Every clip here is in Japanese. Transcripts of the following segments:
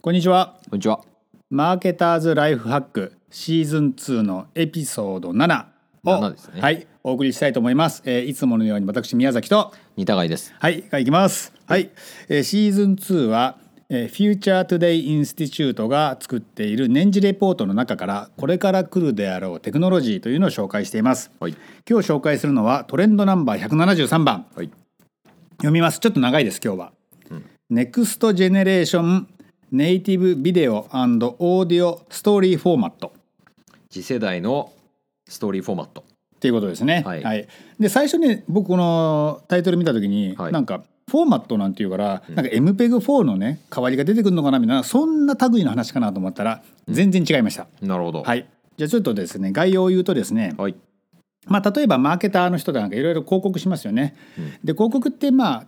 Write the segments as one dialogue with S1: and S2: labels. S1: こんにちは。
S2: こんにちは。
S1: マーケターズライフハックシーズン2のエピソード7を
S2: 7ですね
S1: はいお送りしたいと思います。えーいつものように私宮崎と
S2: 二高いです。
S1: はい、がいきます。はい、えーシーズン2は、えー、Future Today Institute が作っている年次レポートの中からこれから来るであろうテクノロジーというのを紹介しています。
S2: はい。
S1: 今日紹介するのはトレンドナンバー173番
S2: はい。
S1: 読みます。ちょっと長いです今日は。ネクストジェネレーションネイティブビデオオーディオストーリーフォーマット。
S2: 次世代のストーリーフォーマット。
S1: っていうことですね。
S2: はい
S1: で最初に僕このタイトル見た時に、
S2: はい
S1: なんかフォーマットなんていうから、なんか MPEG4 のね代わりが出てくるのかなみたいなそんな類の話かなと思ったら全然違いました。
S2: なるほど。。
S1: はいい。じゃあちょっとですね概要を言うとですね、
S2: はい。
S1: まあ例えばマーケターの人なんかいろいろ広告しますよね。で広告ってま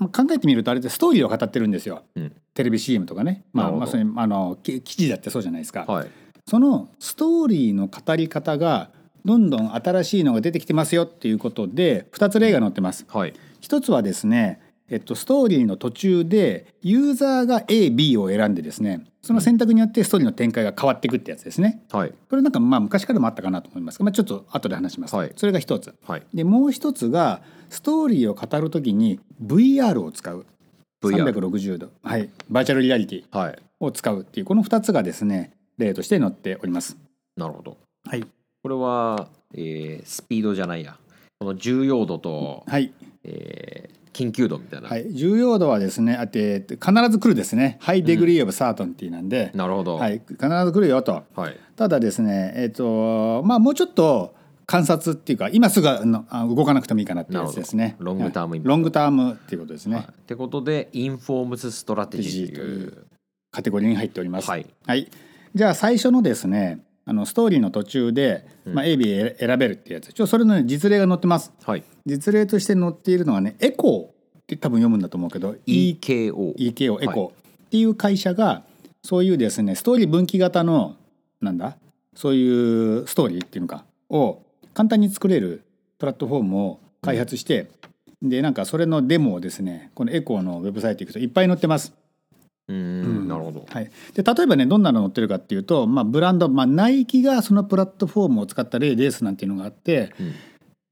S1: あ考えてみるとあれってストーリーを語ってるんですよ。
S2: うん。
S1: テレビ CM とかね、ま
S2: な
S1: あ、
S2: るほど
S1: まさにあのき記事だってそうじゃないですか、
S2: はい。
S1: そのストーリーの語り方がどんどん新しいのが出てきてますよっていうことで2つ例が載ってます
S2: はい。
S1: 一つはですね、えっと、ストーリーの途中でユーザーが AB を選んでですねその選択によってストーリーの展開が変わっていくってやつですね
S2: はい。
S1: これなんかまあ昔からもあったかなと思いますが、まあ、ちょっと後で話します、
S2: はい
S1: それが一つ
S2: はい。
S1: でもう一つがストーリーを語るときに VR を使う
S2: VR
S1: 360度、はい、バーチャルリアリティ
S2: はい。
S1: を使うっていうこの2つがですね例として載っております。
S2: なるほど。
S1: はい、
S2: これは、えー、スピードじゃないや。この重要度と、
S1: はい
S2: えー、緊急度みたいな。
S1: はい、重要度はですねあて必ず来るですねハイデグリー・オブ・サートンティなんで、
S2: なるほど。
S1: はい、必ず来るよと
S2: はい。
S1: ただですねえっ、とまあもうちょっと観察っていうか今すぐあのあ動かなくてもいいかなってやつですね
S2: なるほどロングター
S1: は
S2: ム
S1: い
S2: インプット
S1: ロングタームっていうことですね、
S2: はいってことで、インフォームズストラテジーと
S1: ス
S2: い
S1: トラテジー
S2: う。
S1: カテゴリーに入っております、
S2: はい。
S1: はい、じゃあ最初のですねあのストーリーの途中で、まあ、AB 選べるっていうやつちょそれのね、実例が載ってます
S2: はい。
S1: 実例として載っているのはねエコーって多分読むんだと思うけど E-
S2: EKO。
S1: EKO エコー、
S2: は
S1: っていう会社がそういうですねストーリー分岐型のなんだそういうストーリーっていうのかを簡単に作れるプラットフォームを開発して、でなんかそれのデモをですねこのエコーのウェブサイト行くといっぱい載ってます。
S2: うーん。なるほど。
S1: はい、で例えばねどんなの載ってるかっていうと、まあ、ブランド、まあ、ナイキがそのプラットフォームを使った例ですなんていうのがあって、
S2: うん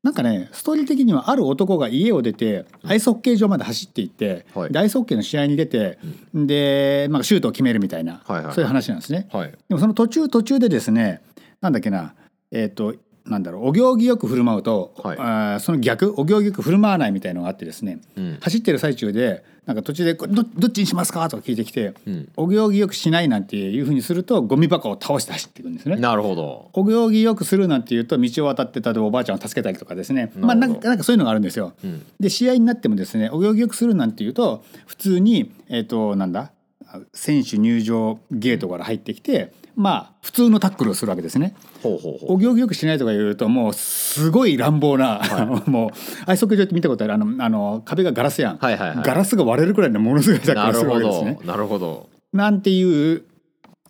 S1: なんかねストーリー的にはある男が家を出てアイスホッケー場まで走っていって、
S2: はい
S1: でアイスホッケーの試合に出て、で、まあ、シュートを決めるみたいな、
S2: はいはい
S1: そういう話なんですね。
S2: はい。
S1: でもその途中途中でですねなんだっけなえっ、となんだろうお行儀よく振る舞うと、
S2: はい
S1: あーその逆お行儀よく振る舞わないみたいのがあってですね、
S2: うん。
S1: 走ってる最中でなんか途中でこれど「どっちにしますか?」とか聞いてきて、
S2: うん。
S1: お行儀よくしないなんていうふうにするとゴミ箱を倒して走っていくんですね。
S2: なるほど。
S1: お行儀よくするなんていうと道を渡ってたおばあちゃんを助けたりとかですねまあ
S2: な
S1: な
S2: るほど
S1: んかなんかそういうのがあるんですよ。
S2: うん。
S1: で試合になってもですねお行儀よくするなんていうと普通にえっ、となんだあ選手入場ゲートから入ってきてまあ普通のタックルをするわけですね。
S2: ほうほうほう
S1: お。行儀よくしないとか言うともうすごい乱暴な、あのもうアイソッケー場って見たことあるあのあの壁がガラスやん、
S2: はいはいはい
S1: ガラスが割れるくらいのものすごいタック
S2: な
S1: ル
S2: る
S1: するわ
S2: ほ
S1: けです
S2: ど、
S1: ね。
S2: なるほど、
S1: なんていう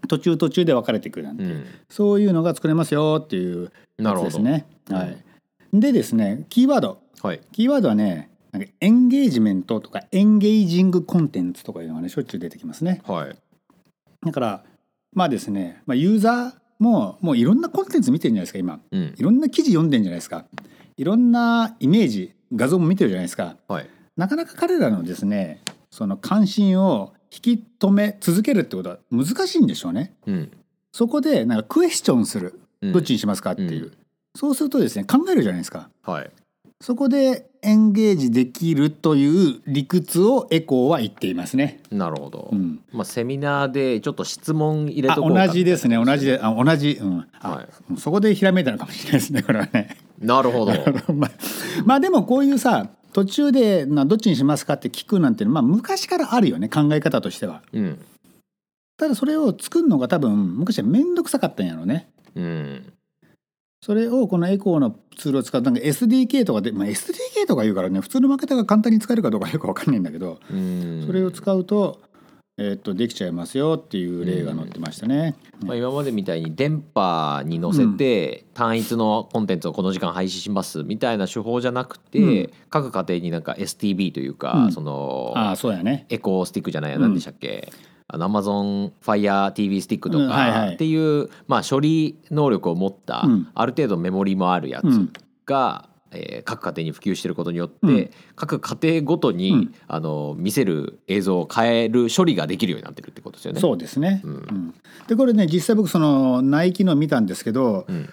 S1: 途中途中で分かれてくるなんて
S2: う
S1: いう、
S2: ん、
S1: そういうのが作れますよっていう
S2: な
S1: やつ
S2: るほ
S1: です
S2: ど、
S1: ね。
S2: うん
S1: はい、でですねキーワード
S2: はい、
S1: キーワードはねなんかエンゲージメントとかエンゲージングコンテンツとかいうのがねしょっちゅう出てきますね。
S2: はい、
S1: だからまあですね、まあ、ユーザーももういろんなコンテンツ見てるんじゃないですか今
S2: うん
S1: い、ろんな記事読んでんじゃないですかいろんなイメージ画像も見てるじゃないですか
S2: はい、
S1: なかなか彼らのですねその関心を引き止め続けるってことは難しいんでしょうね
S2: うん、
S1: そこでなんかクエスチョンする
S2: うん
S1: どっちにしますかっていう、
S2: うん
S1: そうするとですね考えるじゃないですか
S2: はい、
S1: そこでエンゲージできるという理屈をエコーは言っていますね、
S2: なるほど、
S1: うん、
S2: まあセミナーでちょっと質問入れ
S1: あ
S2: とこう
S1: 同
S2: か
S1: じですね同じ
S2: で
S1: であ同じうんあ、
S2: は
S1: そこでひらめいたのかもしれないですねこれはね
S2: なるほど、
S1: まあまあでもこういうさ途中でなどっちにしますかって聞くなんて、まあ、昔からあるよね考え方としては
S2: うん、
S1: ただそれを作るのが多分昔は面倒くさかったんやろうね
S2: うん、
S1: それをこのエコーのツールを使うなんか SDK とかで、まあ、SDK とか言うからね普通のマーケターが簡単に使えるかどうかよくわかんないんだけど
S2: うん、
S1: それを使うと,、えーっとできちゃいますよっていう例が載ってましたね、
S2: まあ、今までみたいに電波に乗せて単一のコンテンツをこの時間廃止しますみたいな手法じゃなくて、
S1: うん
S2: 各家庭になんか STB というか、
S1: うん
S2: その
S1: ああそうやね
S2: エコースティックじゃないや
S1: うん
S2: 何でしたっけ、あの Amazon FireTV スティックと
S1: うんはいは
S2: か
S1: い
S2: っていう、まあ、処理能力を持った、
S1: うん
S2: ある程度メモリもあるやつ
S1: うん
S2: が、えー各家庭に普及してることによって、
S1: うん
S2: 各家庭ごとに、
S1: うん
S2: あの見せる映像を変える処理ができるようになってるってことですよね。
S1: そうですね、
S2: うん
S1: うんでこれね実際僕そのナイキの見たんですけど、
S2: うん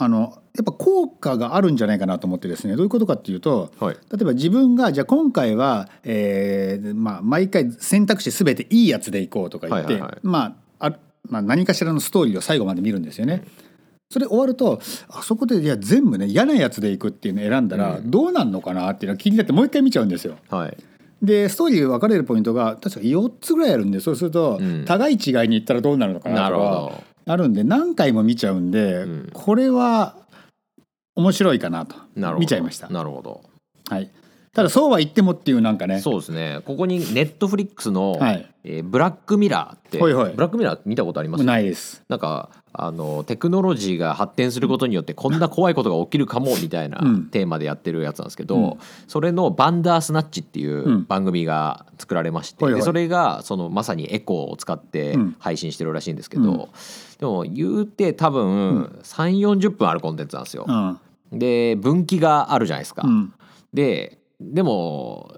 S1: あのやっぱ効果があるんじゃないかなと思ってですねどういうことかっていうと
S2: はい
S1: 例えば自分がじゃあ今回は、えーまあ、毎回選択肢全ていいやつでいこうとか言って、
S2: はいはいはい
S1: まあ、あるまあ何かしらのストーリーを最後まで見るんですよね。それ終わるとあそこでいや全部ね嫌なやつでいくっていうのを選んだら
S2: うん
S1: どうなんのかなっていうのは気になってもう一回見ちゃうんですよ。
S2: はい、
S1: でストーリー分かれるポイントが確か4つぐらいあるんでそうすると、
S2: うん
S1: 互い違いにいったらどうなるのかな
S2: なる
S1: と
S2: ほ
S1: か
S2: ど。
S1: あるんで何回も見ちゃうんで、
S2: うん
S1: これは面白いかなと
S2: なるほど
S1: 見ちゃいました。
S2: なるほど。
S1: はい、ただそうは言ってもっていうなんかね
S2: そうですね。ここにネットフリックスの、
S1: はい
S2: えーブラックミラーって、
S1: はいはい
S2: ブラックミラー見たことあります？
S1: ないです。
S2: なんかあのテクノロジーが発展することによってこんな怖いことが起きるかもみたいな
S1: うん
S2: テーマでやってるやつなんですけど、
S1: うん
S2: それの「バンダースナッチ」ってい
S1: うん
S2: う番組が作られまして、
S1: はいはい
S2: でそれがそのまさにエコーを使って
S1: うん
S2: 配信してるらしいんですけど、
S1: うん
S2: でも言うて多分3 4 0分あるコンテンツなんですよ。
S1: うん
S2: で分岐があるじゃないですか。
S1: うん
S2: ででも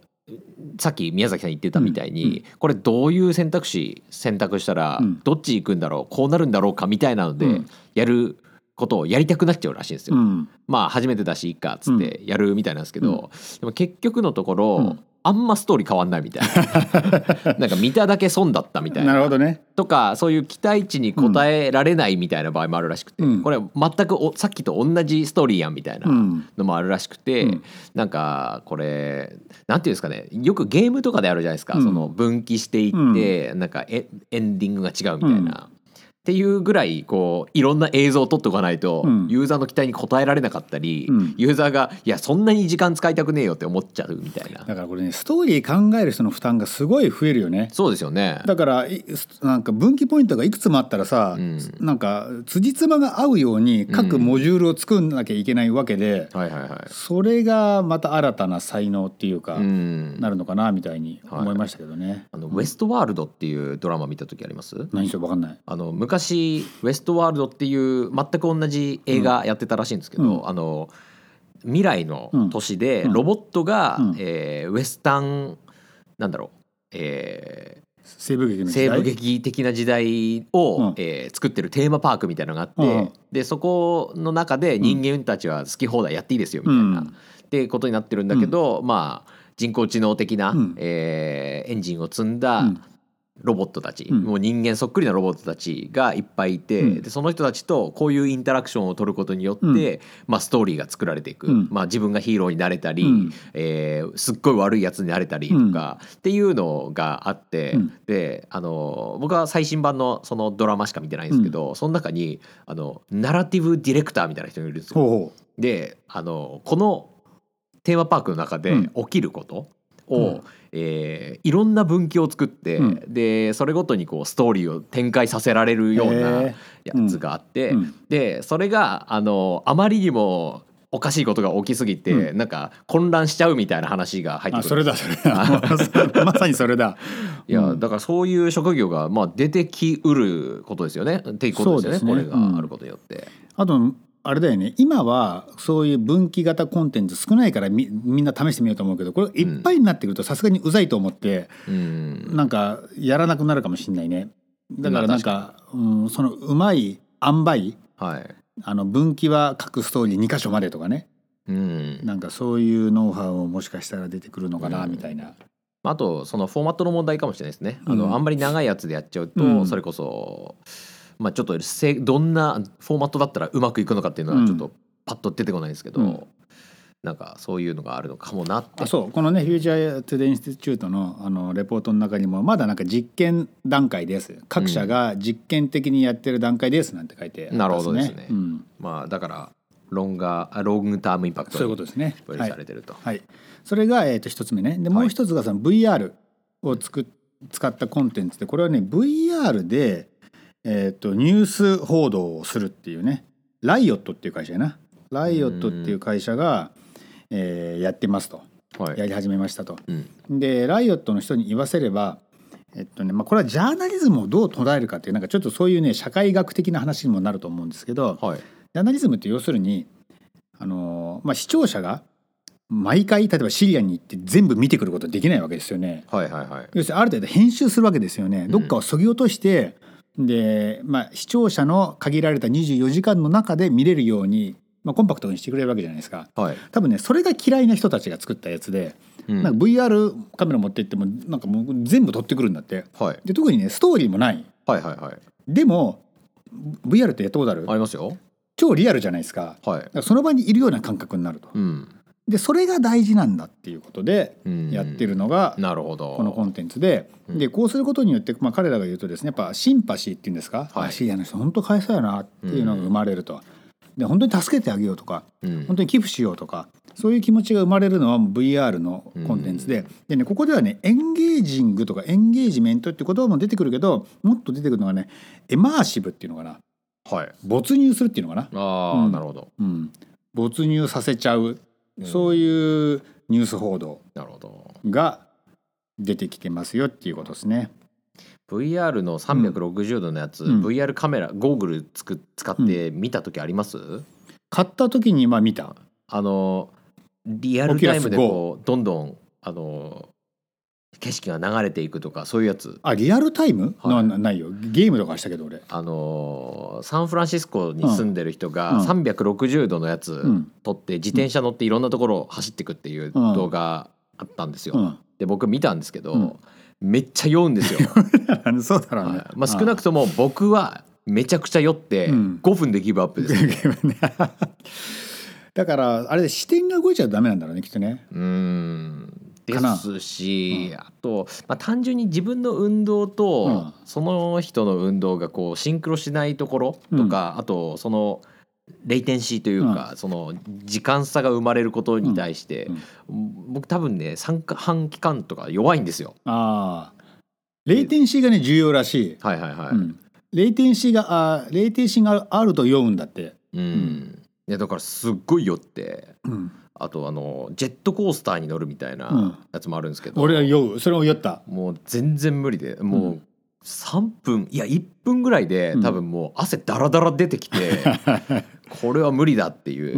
S2: さっき宮崎さん言ってたみたいに、これどういう選択肢選択したら
S1: うん
S2: どっち行くんだろうこうなるんだろうかみたいなので、
S1: うん
S2: やることをやりたくなっちゃうらしいんです
S1: う
S2: よ。
S1: ん
S2: まあ初めてだしいいかっつってやるみたいなんですけど、
S1: うん
S2: でも結局のところ、
S1: うん
S2: あんまストーリー変わんないみたい ななんか見ただけ損だったみたい
S1: な
S2: な
S1: るほどね。
S2: とかそういう期待値に応えられないみたいな場合もあるらしくて、
S1: うん
S2: これ全くおさっきと同じストーリーやんみたいな。
S1: うん
S2: のもあるらしくて、
S1: うん
S2: なんかこれなんていうんですかねよくゲームとかであるじゃないですか、
S1: うん
S2: その分岐していって、なんかエエンディングが違うみたいな。っていうぐらいこういろんな映像を撮っておかないと、
S1: うん
S2: ユーザーの期待に応えられなかったり、
S1: うん
S2: ユーザーが「いやそんなに時間使いたくねえよ」って思っちゃうみたいな
S1: だからこれねストーリー考える人の負担がすごい増えるよね。
S2: そうですよね。
S1: だからいなんか分岐ポイントがいくつもあったらさ、
S2: うん
S1: なんか辻褄が合うように各モジュールを作んなきゃいけないわけで、
S2: はいはいは
S1: それがまた新たな才能っていうか、
S2: い、うん、
S1: なるのかなみたいに
S2: はい
S1: 思いましたけどね。
S2: あのウエストワールドっていうドラマ見た時あります
S1: 何しろわかんない。
S2: あの昔「ウエストワールド」っていう全く同じ映画やってたらしいんですけど、
S1: う
S2: あの未来の都市で
S1: うん
S2: ロボットが、
S1: うん
S2: えーウエスタンなんだろう、え
S1: 西部劇
S2: ー
S1: の
S2: 西
S1: 時代
S2: 部劇的な時代を、
S1: うん
S2: えー作ってるテーマパークみたいなのがあって、
S1: うん
S2: でそこの中で人間たちは好き放題やっていいですよみたいな、
S1: うん
S2: ってことになってるんだけど、まあ人工知能的な、
S1: うん
S2: えーエンジンを積んだ、
S1: うん
S2: ロボットたち、
S1: うん
S2: もう人間そっくりなロボットたちがいっぱいいて、
S1: うん
S2: でその人たちとこういうインタラクションを取ることによって、
S1: うん
S2: まあ、ストーリーが作られていく、
S1: うん
S2: まあ、自分がヒーローになれたり、
S1: うん
S2: えーすっごい悪いやつになれたりとか、っていうのがあって、
S1: うん
S2: であの僕は最新版のそのドラマしか見てないんですけど、その中にあのナラティブディレクターみたいな人がいるんですよ。
S1: ほうほう
S2: であのこのテーマパークの中で
S1: うん
S2: 起きること
S1: う
S2: を、
S1: ん
S2: えーいろんな分岐を作って、
S1: うん
S2: でそれごとにこうストーリーを展開させられるような
S1: へ
S2: やつがあって、
S1: うん
S2: でそれがあのあまりにもおかしいことが起きすぎて、
S1: う
S2: なんか混乱しちゃうみたいな話が入って
S1: あ
S2: くる
S1: それだそれ だまさにそれだ。
S2: いや、
S1: うん
S2: だからそういう職業が、まあ、出てきうることですよねっていうことですよ
S1: そう
S2: ね
S1: ですね
S2: これがあることによって。
S1: あとあれだよね今はそういう分岐型コンテンツ少ないからみみんな試してみようと思うけどこれいっぱいになってくるとさすがにうざいと思って、
S2: うん
S1: なんかやらなくなるかもしれないねだからなん
S2: ま
S1: か,、うん、そのうまい塩梅
S2: はい
S1: あの分岐は各ストーリー2箇所までとかね
S2: うん、
S1: なんかそういうノウハウももしかしたら出てくるのかな
S2: うん
S1: みたいな、
S2: あとそのフォーマットの問題かもしれないですね。あの、
S1: うん
S2: あんまり長いやつでやっちゃうと、
S1: うん
S2: それこそ、まあ、ちょっとせどんなフォーマットだったらうまくいくのかっていうの
S1: う
S2: は
S1: ん
S2: ちょっとパッと出てこないんですけど、
S1: うん
S2: なんかそういうのがあるのかもなって
S1: あ。そうこのねフューチャー・トゥ・デ・インスティチュートのあのレポートの中にもまだなんか実験段階です各社が実験的にやってる段階ですなんて書いてあったん
S2: なるほどですね
S1: うん、
S2: まあだからロンガーあロングタームインパクト
S1: そういうことですね
S2: 分
S1: は
S2: 類
S1: い
S2: されてると。
S1: はい、それが、えー、と一つ目ねでもう一つがその VR をつく使ったコンテンツでこれはね VR で、えー、とニュース報道をするっていうねライオットっていう会社やなライオットっていう会社が、えーやってますと
S2: はい。
S1: やり始めましたと。
S2: うん
S1: でライオットの人に言わせれば、えっとねまあ、これはジャーナリズムをどう捉えるかっていうなんかちょっとそういうね社会学的な話にもなると思うんですけど、
S2: はい
S1: ジャーナリズムって要するにあの、まあ、視聴者が毎回例えばシリアに行って全部見てくることできないわけですよね。
S2: はいはいはい
S1: 要するにある程度編集するわけですよね。
S2: ん
S1: どっかをそぎ落として、で、まあ、視聴者の限られた24時間の中で見れるように、まあ、コンパクトにしてくれるわけじゃないですか。
S2: はい、
S1: 多分ねそれが嫌いな人たちが作ったやつで、
S2: うん
S1: なんか VR カメラ持って行ってもなんかもう全部撮ってくるんだって
S2: はい
S1: で特にねストーリーもない
S2: はいはいはい
S1: でも VR ってやったことある
S2: ありますよ
S1: 超リアルじゃないですか
S2: はい
S1: だからその場にいるような感覚になると
S2: うん
S1: でそれが大事なんだっていうことで
S2: うん
S1: やってるのが
S2: なるほど
S1: このコンテンツで
S2: うん
S1: でこうすることによって、まあ、彼らが言うとですねやっぱシンパシーっていうんですか、
S2: はい
S1: あシリアの人本当かわいそうやなっていうのが生まれると。で本当に助けてあげようとか
S2: うん
S1: 本当に寄付しようとかそういう気持ちが生まれるのは VR のコンテンツで,、でね、ここではねエンゲージングとかエンゲージメントって言葉も出てくるけどもっと出てくるのがねエマーシブっていうのかな
S2: はい
S1: 没入するっていうのかな、
S2: ああ、
S1: うん
S2: なるほど
S1: うん、没入させちゃう、
S2: うん
S1: そういうニュース報道
S2: なるほど
S1: が出てきてますよっていうことですね。
S2: VR の360度のやつ、
S1: うん
S2: VR カメラゴーグルつく使って見た時あります、
S1: 買った時にまあ見た
S2: あのリアルタイムでこうどんどんあの景色が流れていくとかそういうやつ
S1: あリアルタイム、
S2: はい
S1: なないよゲームとかしたけど俺。
S2: あのサンフランシスコに住んでる人
S1: うん
S2: が360度のやつ
S1: うん
S2: 撮って自転車乗っていろんなところを走ってくっていう
S1: うん
S2: 動画あったんですよ。
S1: うん、
S2: で僕見たんですけど、
S1: うん
S2: めっちゃ酔う んですよ。
S1: そうだろうね。
S2: はいまあ、少なくとも僕はめちゃくちゃ酔って
S1: うん
S2: 5分でギブアップです。
S1: だからあれで視点が動いちゃダメなんだろうねきっとね。
S2: うーんで
S1: かな
S2: すし、あと、まあ、単純に自分の運動と、その人の運動がこうシンクロしないところとか、あとそのレイテンシーというか、その時間差が生まれることに対して、僕多分ね三半期間とか弱いんですよ。
S1: ああ、レイテンシーがね重要らしい。
S2: はいはいはい。
S1: うん、レイテンシーがあーレイテンシーがあると酔うんだって。
S2: うんいやだからすっごい酔って
S1: うん、
S2: あとあのジェットコースターに乗るみたい
S1: うん
S2: なやつもあるんですけど、
S1: 俺は酔う。それも酔った。
S2: もう全然無理でも
S1: う
S2: う3分いや1分ぐらいで
S1: うん
S2: 多分もう汗だらだら出て きて、これは無理だってい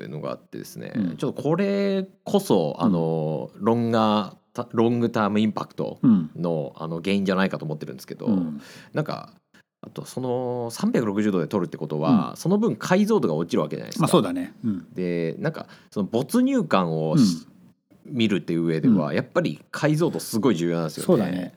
S2: うのがあってですね、
S1: うん
S2: ちょっとこれこそあのロンガータロングタームインパクト
S1: うん。
S2: のあの原因じゃないかと思ってるんですけど、
S1: うん
S2: なんかあとその360度で撮るってことは、その分解像度が落ちるわけじゃないですか。
S1: まあそうだね。うん。
S2: でなんかその没入感をし、見るっていう上では、やっぱり解像度すごい重要なんですよね。
S1: そうだね。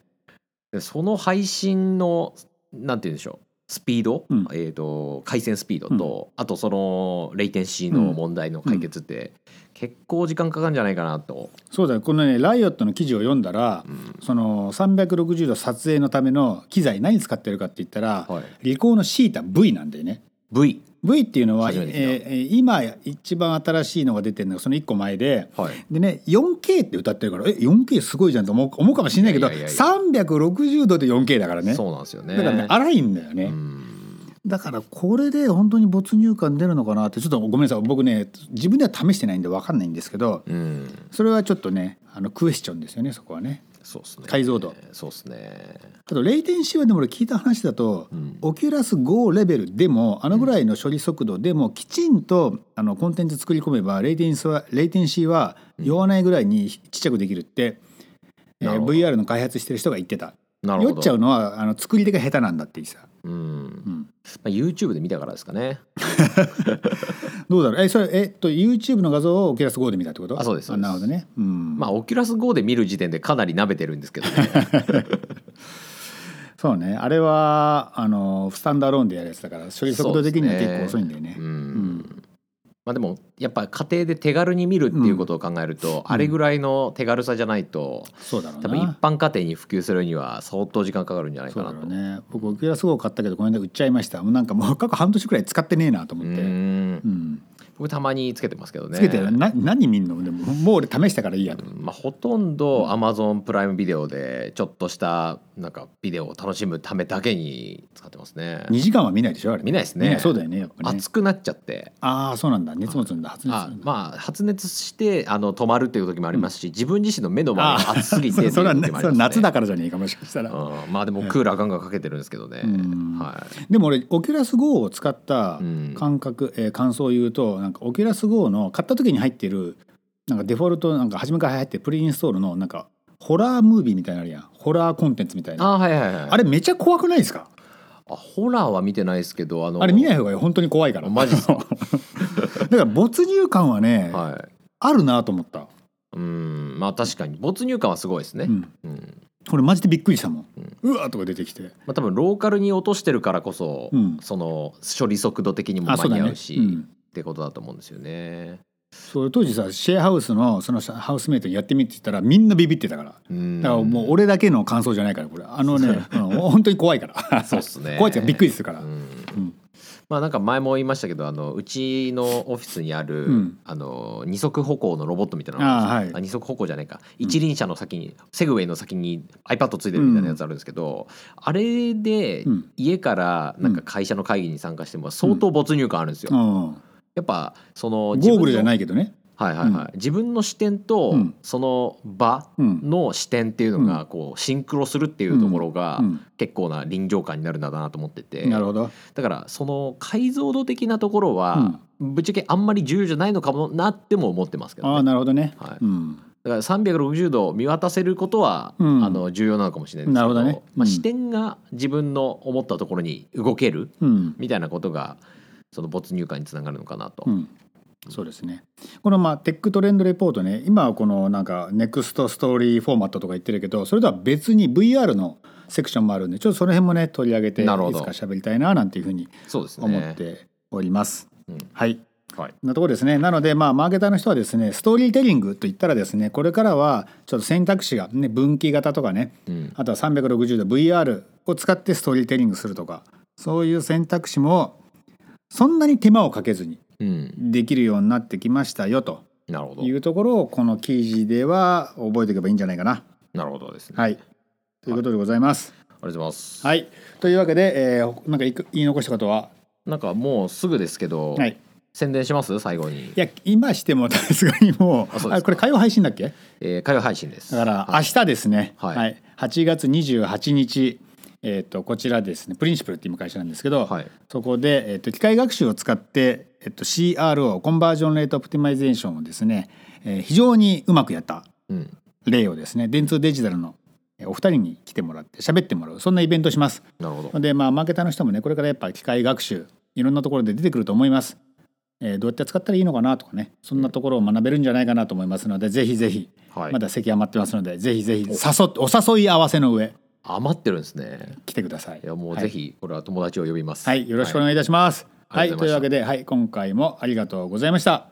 S2: でその配信のなんて言うんでしょうスピード、
S1: うん
S2: えー、と回線スピードと、あとそのレイテンシーの問題の解決って、結構時間かかるんじゃないかなと。
S1: そうだね。このねライオットの記事を読んだら、
S2: うん
S1: その360度撮影のための機材何使ってるかって言ったら、
S2: はい、
S1: リコーのシータ V なんだよね。
S2: v、
S1: V っていうのは、え
S2: 初めて聞い
S1: ーえー今一番新しいのが出てるのがその1個前で。
S2: はい、
S1: でね 4K って歌ってるからえ 4K すごいじゃんと思う思うかもしれないけど
S2: いやいやいやいや
S1: 360度で 4K だからね
S2: そうなんですよね。
S1: だからね荒いんだよね、
S2: うん
S1: だからこれで本当に没入感出るのかなってちょっとごめんなさい僕ね自分では試してないんで分かんないんですけど
S2: うん、
S1: それはちょっとねあのクエスチョンですよねそこはね
S2: そうですね。
S1: 解像度
S2: そうですね。
S1: あとレイテンシーはでも俺聞いた話だと、
S2: うん
S1: オキュラス GO レベルでもあのぐらいの処理速度でもきちんとあのコンテンツ作り込めばレイテンシーはレイテンシーは酔わないぐらいにちっちゃくできるって、えー
S2: なるほど
S1: VR の開発してる人が言ってた
S2: なるほ
S1: 酔
S2: ど。
S1: っちゃうのはあの作り手が下手なんだって言ってた、
S2: うん
S1: うん、
S2: まあ、YouTube で見たからですかね。
S1: どうだろうえそれえっと YouTube の画像をオキュラス GO で見たってこと
S2: あそうですそうです
S1: なるほどね、うん
S2: まあ、オキュラス GO で見る時点でかなり舐めてるんですけどね。
S1: そうねあれはあのスタンダーローンでやるやつだから処理速度的には
S2: そうです
S1: 結
S2: ね
S1: 構遅いんだよね
S2: うんまあ、でもやっぱ家庭で手軽に見るっていうことを考えると、あれぐらいの手軽さじゃないと
S1: そうだろうな
S2: 多分一般家庭に普及するには相当時間かかるんじゃない
S1: そ
S2: か
S1: う
S2: な
S1: だろう
S2: と。
S1: ね僕オキュラス号買ったけどこの間売っちゃいましたもうなんかもう過去半年くらい使ってねえなと
S2: う
S1: 思って、
S2: ん
S1: うん
S2: 僕たまにつけてますけどね
S1: つけてな何見んのでももう俺試したからいいやと
S2: まあ、ほとんど Amazon プライムビデオでちょっとしたなんかビデオを楽しむためだけに使ってますね
S1: 2時間は見ないでしょあれ
S2: 見ないですね
S1: 見そうだよねやっぱり、ね、
S2: 熱くなっちゃって
S1: ああそうなんだ熱持つんだ発熱す
S2: あ
S1: るんだ
S2: まあ発熱してあの止まるっていう時もありますし、自分自身の目の前が熱すぎてってい
S1: そうそれは、
S2: 時
S1: ね、
S2: もあ
S1: そ
S2: り
S1: れは
S2: ます
S1: 夏
S2: ね
S1: だからじゃねえかもしかしたら、
S2: うん、まあでもクーラーガンガンかけてるんですけどね、
S1: うん
S2: は
S1: でも俺オキュラス GO を使った
S2: い、うん
S1: 感覚、えー感想を言うとなんかオキュラス GO の買った時に入ってるなんかデフォルトなんか初めから入ってるプリインストールのなんかホラームービーみたいなのあるやんホラーコンテンツみたいなあ
S2: あはいはいはい
S1: れめっちゃ怖くないですか
S2: あホラーは見てないですけどあの
S1: あれ見ない方がいい本当に怖いから
S2: マジっ す
S1: だから没入感はね、
S2: は
S1: あるなと思った、
S2: いうんまあ確かに没入感はすごいですね
S1: う、ん、
S2: うん
S1: これマジでびっくりしたもん、
S2: うん
S1: うわーとか出てきて、
S2: まあ、多分ローカルに落としてるからこそ、
S1: うん、
S2: その処理速度的にも
S1: あ
S2: 間
S1: そうだ
S2: に合
S1: ね
S2: うし
S1: うん
S2: ってことだと思うんですよね。
S1: それ当時さシェアハウスのそのハウスメイトにやってみって言ったらみんなビビってたから
S2: うん
S1: だからもう俺だけの感想じゃないからこれあのね、うん本当に怖いから
S2: そうっすね
S1: 怖いっていうかびっくりするから、
S2: う
S1: うん
S2: ん
S1: うん
S2: まあなんか前も言いましたけどあのうちのオフィスにある、
S1: うん
S2: あの二足歩行のロボットみたいなのがある
S1: あーは
S2: んですよ
S1: い
S2: あ二足歩行じゃないか一輪車の先に、セグウェイの先に iPad ついてるみたいなやつあるんですけど、あれで家からなんか会社の会議に参加しても相当没入感あるんですよ。やっぱその
S1: ゴーグルじゃ
S2: い
S1: ないけどね、
S2: はいはいはい、自分の視点と
S1: うん
S2: その場
S1: うん
S2: の視点っていうのがこうシンクロするっていうところが
S1: うん
S2: 結構な臨場感になるんだなと思ってて
S1: なるほど、
S2: だからその解像度的なところはぶっちゃけあんまり重要じゃないのかもなっても思ってますけ
S1: ああ
S2: どね
S1: なるほどね、
S2: はい
S1: うん、
S2: だから360度見渡せることはあ
S1: うん
S2: の重要なのかもしれないですけ
S1: な
S2: ど
S1: るほどね
S2: ま
S1: うん
S2: あ視点が自分の思ったところに動ける
S1: うん
S2: みたいなことがその没入感につながるのかなと
S1: う。んそうですねこのまあテックトレンドレポートね今はこのなんかネクストストーリーフォーマットとか言ってるけどそれとは別に VR のセクションもあるんでちょっとその辺もね取り上げていつか
S2: なるほど
S1: 喋りたいななんていうふうに
S2: そうですね
S1: 思っております。
S2: うん
S1: はい
S2: はい
S1: なところですねなので、まあ、マーケターの人はですねストーリーテリングといったらですねこれからはちょっと選択肢が、ね、分岐型とかね
S2: うん
S1: あとは360度 VR を使ってストーリーテリングするとかそういう選択肢もそんなに手間をかけずに
S2: うん
S1: できるようになってきましたよと
S2: なるほど
S1: いうところをこの記事では覚えておけばいいんじゃないかな。
S2: なるほどですね。
S1: はい、ということでございます。
S2: ありがとうございます。
S1: はい、というわけで、えーなんかいく言い残したことは、
S2: なんかもうすぐですけど、
S1: はい、
S2: 宣伝します最後に
S1: い、や今してもさすがにも
S2: あそ
S1: う
S2: うですか
S1: あこれ火曜配信だっけ
S2: えー、会話配信です
S1: だから
S2: は
S1: 明
S2: い
S1: 日ですね、
S2: はい
S1: 8月28日、えー、とこちらですねプリンシプルっていう会社なんですけど、
S2: はい
S1: そこで、えー、と機械学習を使って、えー、と CRO コンバージョンレートオプティマイゼーションをですね、えー非常にうまくやった
S2: うん
S1: 例をですね電通デジタルのえーお二人に来てもらって喋ってもらうそんなイベントをします。
S2: なるほど
S1: でまあマーケターの人もねこれからやっぱ機械学習いろんなところで出てくると思います、えーどうやって使ったらいいのかなとかねそんなところを学べるんじゃないかなと思いますのでぜひぜひ、
S2: はい
S1: まだ席余ってますのでぜひぜひ誘っお誘い合わせの上
S2: 余ってるんですね
S1: 来てください
S2: いやもうぜひこれは友達を呼びます
S1: はい、はいよろしくお
S2: は
S1: 願いいたします、
S2: あ
S1: は
S2: り
S1: い
S2: がとう
S1: と
S2: ご
S1: いうわ
S2: ざいました
S1: けで、はい、今回もありがとうございました